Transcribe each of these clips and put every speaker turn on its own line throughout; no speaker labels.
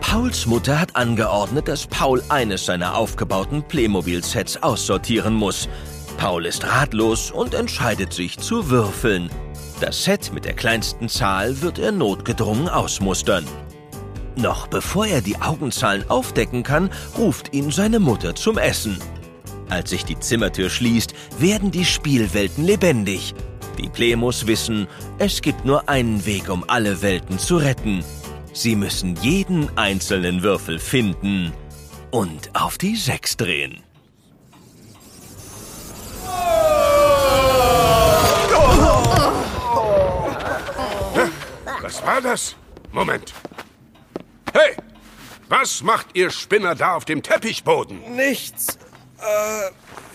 Pauls Mutter hat angeordnet, dass Paul eines seiner aufgebauten Playmobil-Sets aussortieren muss. Paul ist ratlos und entscheidet sich zu würfeln. Das Set mit der kleinsten Zahl wird er notgedrungen ausmustern. Noch bevor er die Augenzahlen aufdecken kann, ruft ihn seine Mutter zum Essen. Als sich die Zimmertür schließt, werden die Spielwelten lebendig. Die Plemos wissen, es gibt nur einen Weg, um alle Welten zu retten. Sie müssen jeden einzelnen Würfel finden und auf die Sechs drehen.
Was war das? Moment. Hey! Was macht ihr Spinner da auf dem Teppichboden?
Nichts. Äh,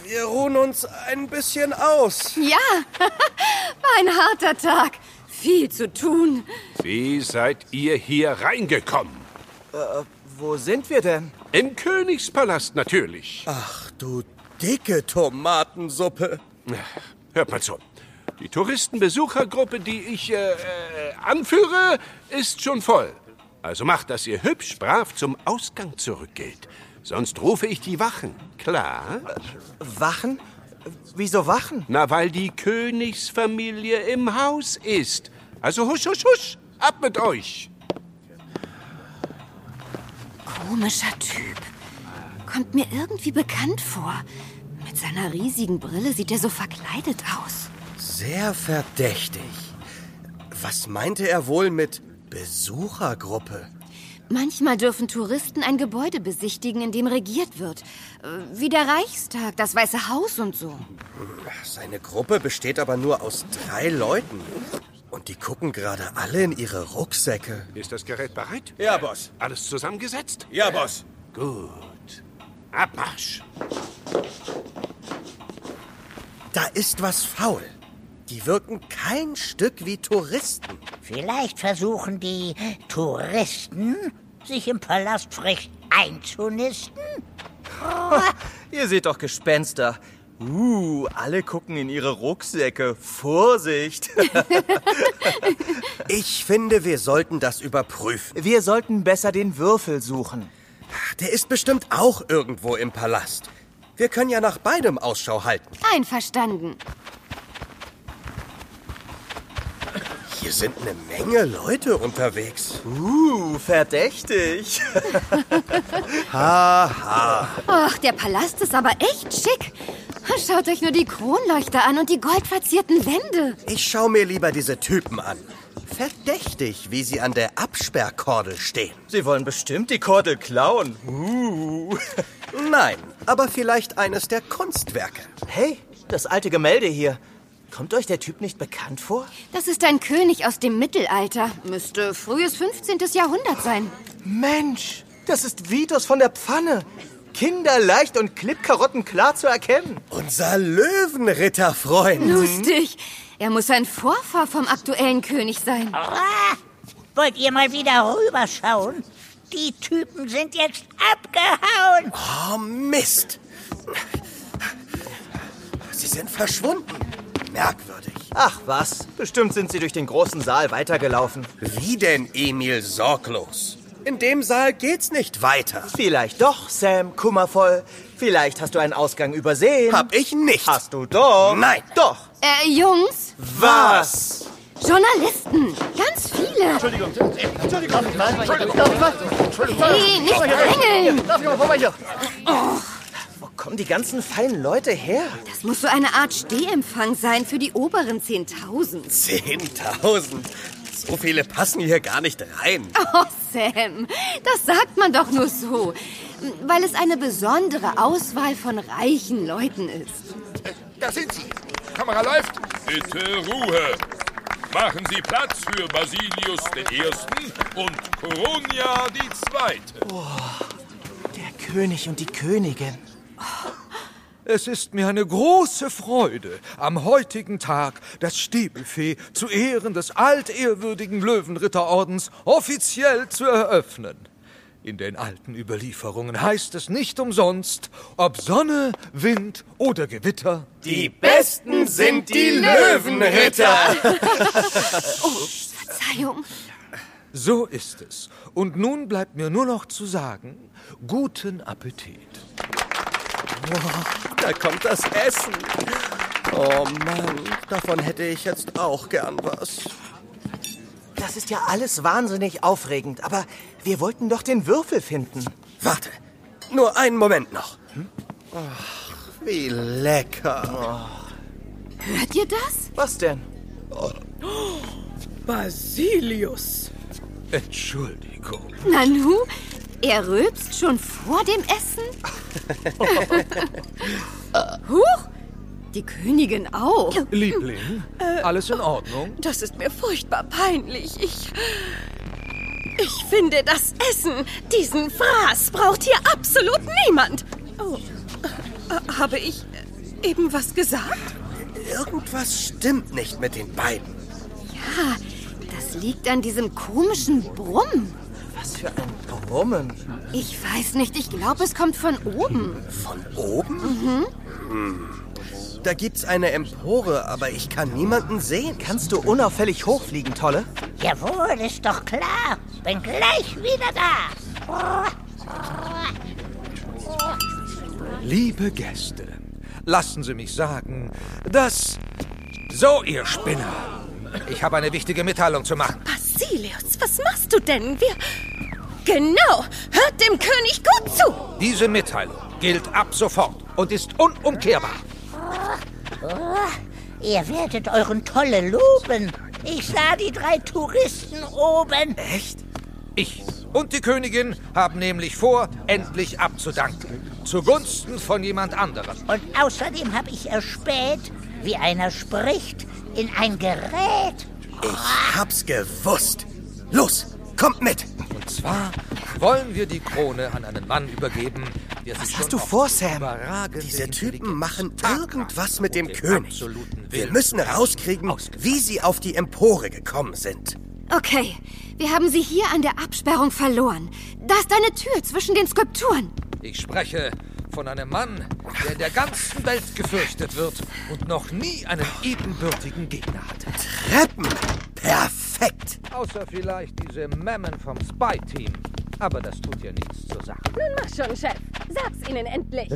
wir ruhen uns ein bisschen aus.
Ja, war ein harter Tag. Viel zu tun.
Wie seid ihr hier reingekommen?
Äh, wo sind wir denn?
Im Königspalast natürlich.
Ach du dicke Tomatensuppe.
Hört mal zu. Die Touristenbesuchergruppe, die ich äh, äh, anführe, ist schon voll. Also macht, dass ihr hübsch brav zum Ausgang zurückgeht. Sonst rufe ich die Wachen. Klar?
Wachen? Wieso Wachen?
Na, weil die Königsfamilie im Haus ist. Also husch, husch, husch. Ab mit euch.
Komischer Typ. Kommt mir irgendwie bekannt vor. Mit seiner riesigen Brille sieht er so verkleidet aus.
Sehr verdächtig. Was meinte er wohl mit Besuchergruppe?
Manchmal dürfen Touristen ein Gebäude besichtigen, in dem regiert wird. Äh, Wie der Reichstag, das Weiße Haus und so.
Seine Gruppe besteht aber nur aus drei Leuten. Und die gucken gerade alle in ihre Rucksäcke.
Ist das Gerät bereit?
Ja, Boss.
Alles zusammengesetzt?
Ja, Boss.
Gut. Abmarsch.
Da ist was faul. Die wirken kein Stück wie Touristen.
Vielleicht versuchen die Touristen, sich im Palast frech einzunisten?
Ihr seht doch Gespenster. Uh, alle gucken in ihre Rucksäcke. Vorsicht!
Ich finde, wir sollten das überprüfen.
Wir sollten besser den Würfel suchen.
Der ist bestimmt auch irgendwo im Palast. Wir können ja nach beidem Ausschau halten.
Einverstanden.
Hier sind eine Menge Leute unterwegs.
Uh, verdächtig.
Ach, der Palast ist aber echt schick. Schaut euch nur die Kronleuchter an und die goldverzierten Wände.
Ich schau mir lieber diese Typen an. Verdächtig, wie sie an der Absperrkordel stehen.
Sie wollen bestimmt die Kordel klauen. Uh.
Nein, aber vielleicht eines der Kunstwerke.
Hey, das alte Gemälde hier. Kommt euch der Typ nicht bekannt vor?
Das ist ein König aus dem Mittelalter. Müsste frühes 15. Jahrhundert sein.
Mensch, das ist Vitus von der Pfanne. Kinderleicht und Klippkarotten klar zu erkennen.
Unser Löwenritterfreund.
Lustig. Er muss ein Vorfahr vom aktuellen König sein.
Ah, wollt ihr mal wieder rüberschauen? Die Typen sind jetzt abgehauen.
Oh, Mist. Sie sind verschwunden. Merkwürdig.
Ach was, bestimmt sind sie durch den großen Saal weitergelaufen.
Wie denn, Emil, sorglos? In dem Saal geht's nicht weiter.
Vielleicht doch, Sam, kummervoll. Vielleicht hast du einen Ausgang übersehen.
Hab ich nicht.
Hast du doch.
Nein.
Doch.
Äh, Jungs,
Was?
Journalisten, ganz viele. Entschuldigung, Entschuldigung. Hey, nicht drängeln.
Wo kommen die ganzen feinen Leute her?
Das muss so eine Art Stehempfang sein für die oberen 10.000.
10.000. So viele passen hier gar nicht rein.
Oh, Sam, das sagt man doch nur so, weil es eine besondere Auswahl von reichen Leuten ist.
Da sind sie. Kamera läuft. Bitte Ruhe. Machen Sie Platz für Basilius I. und Coronia II.
Der König und die Königin.
Es ist mir eine große Freude, am heutigen Tag das Stehbuffet zu Ehren des altehrwürdigen Löwenritterordens offiziell zu eröffnen. In den alten Überlieferungen heißt es nicht umsonst, ob Sonne, Wind oder Gewitter.
Die Besten sind die Löwenritter.
Oh, Verzeihung.
So ist es. Und nun bleibt mir nur noch zu sagen, guten Appetit.
Da kommt das Essen. Oh Mann, davon hätte ich jetzt auch gern was.
Das ist ja alles wahnsinnig aufregend, aber wir wollten doch den Würfel finden. Hm?
Warte, nur einen Moment noch. Ach, wie lecker.
Hört ihr das?
Was denn?
Oh,
Basilius.
Entschuldigung.
Nanu, er rülpst schon vor dem Essen? Huch, die Königin auch.
Liebling, alles in Ordnung?
Äh, Das ist mir furchtbar peinlich. Ich. Ich finde, das Essen, diesen Fraß, braucht hier absolut niemand. Oh, äh, habe ich äh, eben was gesagt?
Irgendwas stimmt nicht mit den beiden.
Ja, das liegt an diesem komischen Brummen.
Was für ein Brummen.
Ich weiß nicht, ich glaube, es kommt von oben.
Von oben? Hm. Da gibt's eine Empore, aber ich kann niemanden sehen.
Kannst du unauffällig hochfliegen, Tolle?
Jawohl, ist doch klar. Bin gleich wieder da.
Liebe Gäste, lassen Sie mich sagen, dass... So, ihr Spinner. Ich habe eine wichtige Mitteilung zu machen.
Basilius, was machst du denn? Wir. Genau, hört dem König gut zu.
Diese Mitteilung gilt ab sofort und ist unumkehrbar.
Ihr werdet euren Tolle loben. Ich sah die drei Touristen oben.
Ich und die Königin haben nämlich vor, endlich abzudanken. Zugunsten von jemand anderem.
Und außerdem habe ich erspäht, wie einer spricht, in ein Gerät.
Ich hab's gewusst. Los, kommt mit.
Und zwar wollen wir die Krone an einen Mann übergeben, der
Was
sich
hast
schon
du
auf
vor, Sam?
überragende
Diese Typen
Intelligenz,
machen
Tatkraft
irgendwas mit
und
dem
den
König.
absoluten
Wir
Willen
müssen rauskriegen,
ausgeführt.
wie sie auf die Empore gekommen sind.
Okay, wir haben sie hier an der Absperrung verloren. Da ist eine Tür zwischen den Skulpturen.
Ich spreche von einem Mann, der in der ganzen Welt gefürchtet wird und noch nie einen ebenbürtigen Gegner hatte.
Treppen. Perfekt.
Außer vielleicht diese Memmen vom Spy-Team. Aber das tut ja nichts zur Sache.
Nun mach schon, Chef. Sag's ihnen endlich.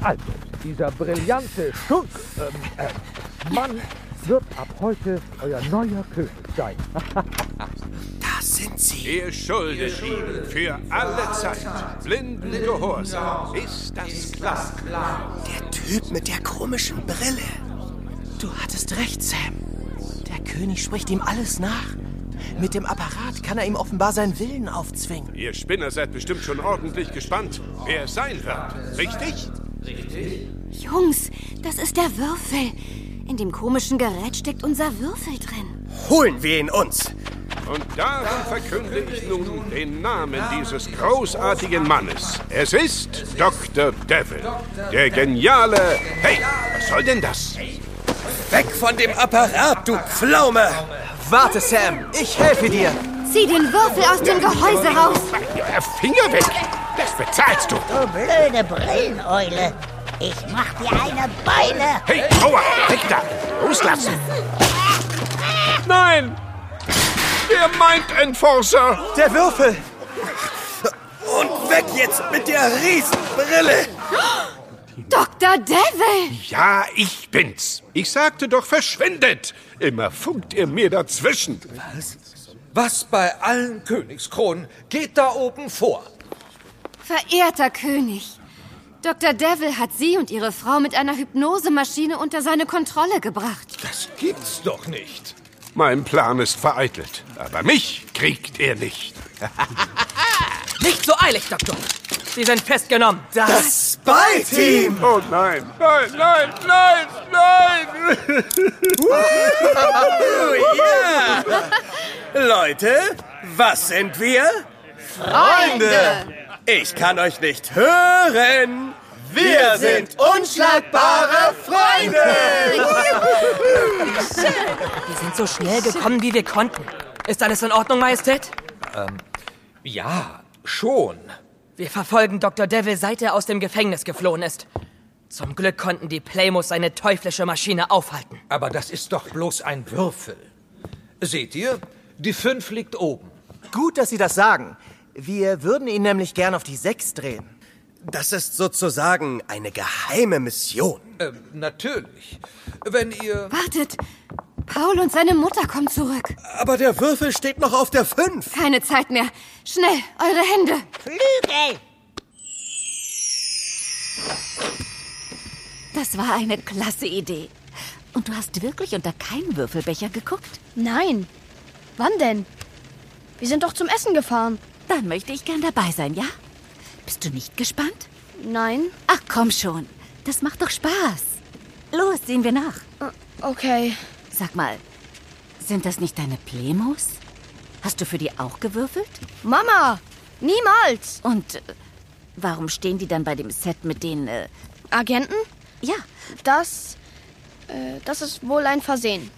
Also, dieser brillante Schurk, ähm, äh, Mann wird ab heute euer neuer König sein.
Da sind sie.
Ihr schuldet ihm für alle Zeit blinden Gehorsam. Ist das klar?
Der Typ mit der komischen Brille.
Du hattest recht, Sam. Der König spricht ihm alles nach. Mit dem Apparat kann er ihm offenbar seinen Willen aufzwingen.
Ihr Spinner seid bestimmt schon ordentlich gespannt, wer es sein wird. Richtig?
Jungs, das ist der Würfel. In dem komischen Gerät steckt unser Würfel drin.
Holen wir ihn uns.
Und darum verkünde ich nun den Namen dieses großartigen Mannes. Es ist Dr. Devil, der geniale... Hey, was soll denn das?
Weg von dem Apparat, du Pflaume.
Warte, Sam. Ich helfe dir.
Zieh den Würfel aus dem Gehäuse raus.
Finger weg! Das bezahlst du!
Du blöde Brilleneule. Ich mach dir eine Beine.
Hey, aua! Weg da! Loslassen! Nein! Der meint Enforcer!
Der Würfel.
Und weg jetzt mit der Riesenbrille.
Dr. Devil!
Ja, ich bin's. Ich sagte doch, verschwindet! Immer funkt ihr mir dazwischen.
Was bei allen Königskronen geht da oben vor?
Verehrter König, Dr. Devil hat Sie und Ihre Frau mit einer Hypnosemaschine unter seine Kontrolle gebracht.
Das gibt's doch nicht.
Mein Plan ist vereitelt, aber mich kriegt ihr nicht.
Nicht so eilig, Doktor.
Sie sind festgenommen.
Das Spy-Team.
Oh nein, nein, nein, nein, nein!
Oh yeah. Leute, was sind wir?
Freunde.
Ich kann euch nicht hören. Wir sind unschlagbare Freunde.
Wir sind so schnell gekommen, wie wir konnten. Ist alles in Ordnung, Majestät?
Ähm, Ja, schon.
Wir verfolgen Dr. Devil, seit er aus dem Gefängnis geflohen ist. Zum Glück konnten die Playmos seine teuflische Maschine aufhalten.
Aber das ist doch bloß ein Würfel. Seht ihr? Die 5 liegt oben.
Gut, dass Sie das sagen. Wir würden ihn nämlich gern auf die Sechs drehen.
Das ist sozusagen eine geheime Mission.
Ähm, natürlich. Wenn ihr...
Wartet! Paul und seine Mutter kommen zurück.
Aber der Würfel steht noch auf der Fünf.
Keine Zeit mehr. Schnell, eure Hände.
Flügel!
Das war eine klasse Idee. Und du hast wirklich unter keinen Würfelbecher geguckt?
Nein. Wann denn? Wir sind doch zum Essen gefahren.
Dann möchte ich gern dabei sein, ja? Bist du nicht gespannt?
Nein.
Ach komm schon. Das macht doch Spaß. Los, sehen wir nach.
Äh, Okay.
Sag mal, sind das nicht deine Plemos? Hast du für die auch gewürfelt?
Mama! Niemals!
Und äh, warum stehen die dann bei dem Set mit den äh,
Agenten?
Ja.
Das. Äh, das ist wohl ein Versehen.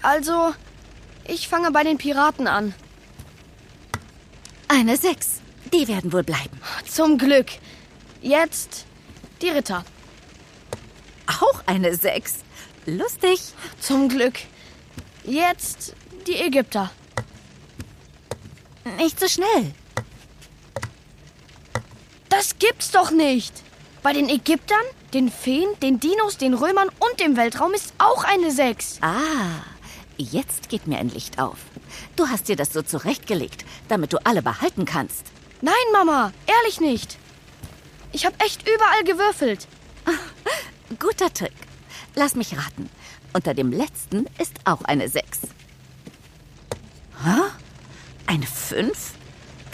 Also, ich fange bei den Piraten an.
Eine Sechs. Die werden wohl bleiben.
Zum Glück. Jetzt die Ritter.
Auch eine Sechs. Lustig.
Zum Glück. Jetzt die Ägypter.
Nicht so schnell.
Das gibt's doch nicht. Bei den Ägyptern, den Feen, den Dinos, den Römern und dem Weltraum ist auch eine Sechs.
Ah, jetzt geht mir ein Licht auf. Du hast dir das so zurechtgelegt, damit du alle behalten kannst.
Nein, Mama, ehrlich nicht. Ich habe echt überall gewürfelt.
Guter Trick. Lass mich raten. Unter dem letzten ist auch eine 6. Hä? Eine 5?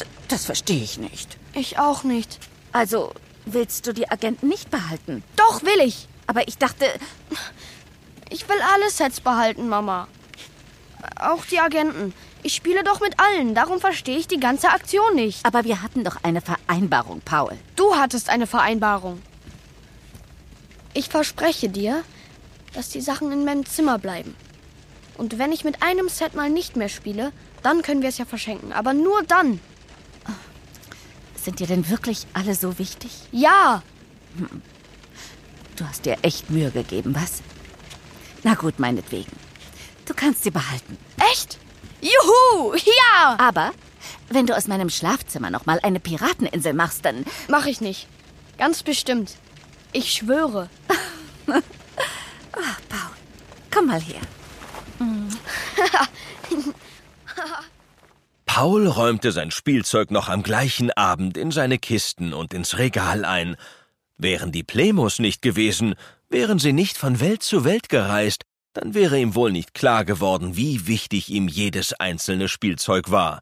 D das verstehe ich nicht.
Ich auch nicht.
Also, willst du die Agenten nicht behalten?
Doch, will ich.
Aber ich dachte.
Ich will alle Sets behalten, Mama. Auch die Agenten. Ich spiele doch mit allen, darum verstehe ich die ganze Aktion nicht.
Aber wir hatten doch eine Vereinbarung, Paul.
Du hattest eine Vereinbarung. Ich verspreche dir, dass die Sachen in meinem Zimmer bleiben. Und wenn ich mit einem Set mal nicht mehr spiele, dann können wir es ja verschenken. Aber nur dann.
Sind dir denn wirklich alle so wichtig?
Ja.
Hm. Du hast dir echt Mühe gegeben, was? Na gut, meinetwegen. Du kannst sie behalten.
Echt? Juhu! Ja!
Aber wenn du aus meinem Schlafzimmer noch mal eine Pirateninsel machst, dann
mach ich nicht. Ganz bestimmt. Ich schwöre.
Ach, Ah, Paul, komm mal her.
Paul räumte sein Spielzeug noch am gleichen Abend in seine Kisten und ins Regal ein. Wären die Plemos nicht gewesen, wären sie nicht von Welt zu Welt gereist, dann wäre ihm wohl nicht klar geworden, wie wichtig ihm jedes einzelne Spielzeug war.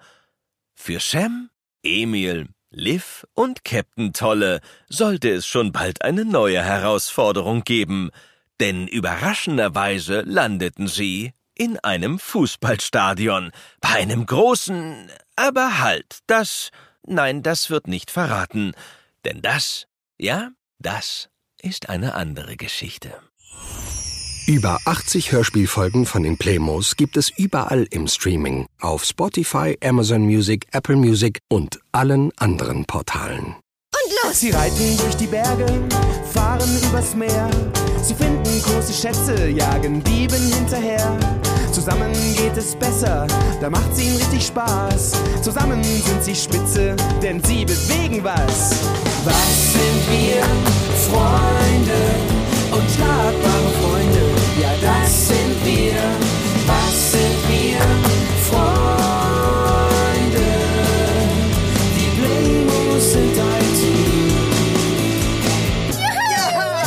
Für Sam, Emil, Liv und Captain Tolle sollte es schon bald eine neue Herausforderung geben, denn überraschenderweise landeten sie in einem Fußballstadion, bei einem großen, aber halt, das, nein, das wird nicht verraten, denn das, ja, das ist eine andere Geschichte.
Über 80 Hörspielfolgen von den Playmos gibt es überall im Streaming, auf Spotify, Amazon Music, Apple Music und allen anderen Portalen.
Und los! Sie reiten durch die Berge, fahren übers Meer. Sie finden große Schätze, jagen Dieben hinterher. Zusammen geht es besser, da macht's ihnen richtig Spaß. Zusammen sind sie spitze, denn sie bewegen was. Was sind wir? Freunde und schlagbare Freunde, ja das sind wir, was sind wir? Freunde, die Playmos sind ein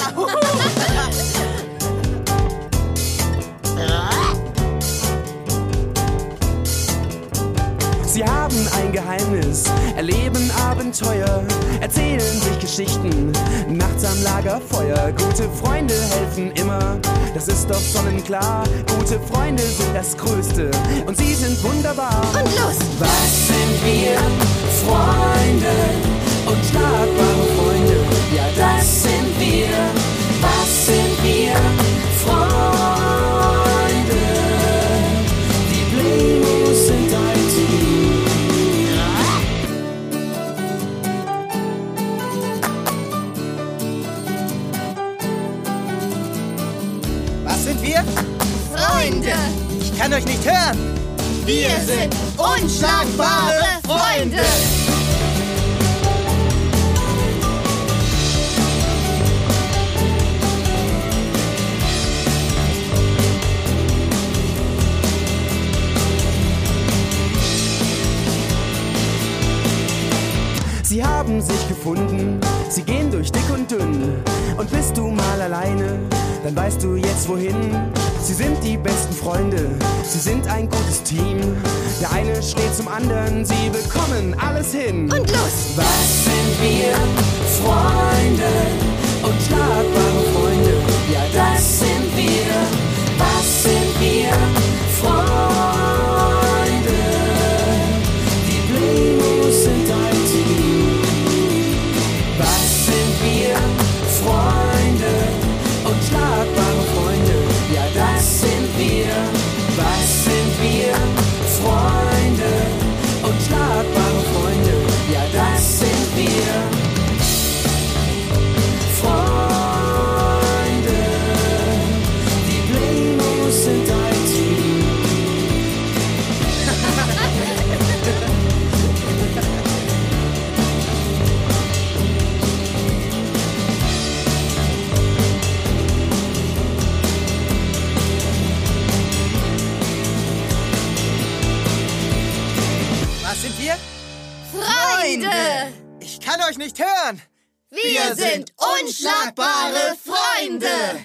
Team. Ja. Sie haben ein Geheimnis, erleben Abenteuer, erzählen sich Geschichten, nachts am Lagerfeuer. Gute Freunde helfen immer, das ist doch sonnenklar. Gute Freunde sind das Größte und sie sind wunderbar.
Und los!
Was sind wir? Freunde und schlagbare Freunde, ja das sind wir. Was sind wir? Freunde, die Playmos sind ein Team.
Freunde!
Ich kann euch nicht hören!
Wir sind unschlagbare
sie haben sich gefunden. Sie gehen durch dick und dünn. Und bist du mal alleine, dann weißt du jetzt wohin. Sie sind die besten Freunde, sie sind ein gutes Team. Der eine steht zum anderen, sie bekommen alles hin. Und los! Was sind wir? Freunde und schlagbare Freunde, ja, das sind wir. Was sind wir? Freunde, die Blemos sind ein Team. Was sind wir? Freunde und schlagbare Freunde, ja, das sind wir. Was sind wir? Freunde und schlagbare Freunde, ja, das sind wir. Freunde, die Blemos sind ein Team.
Was sind wir?
Freunde!
Ich kann euch nicht hören!
Wir sind unschlagbare Freunde!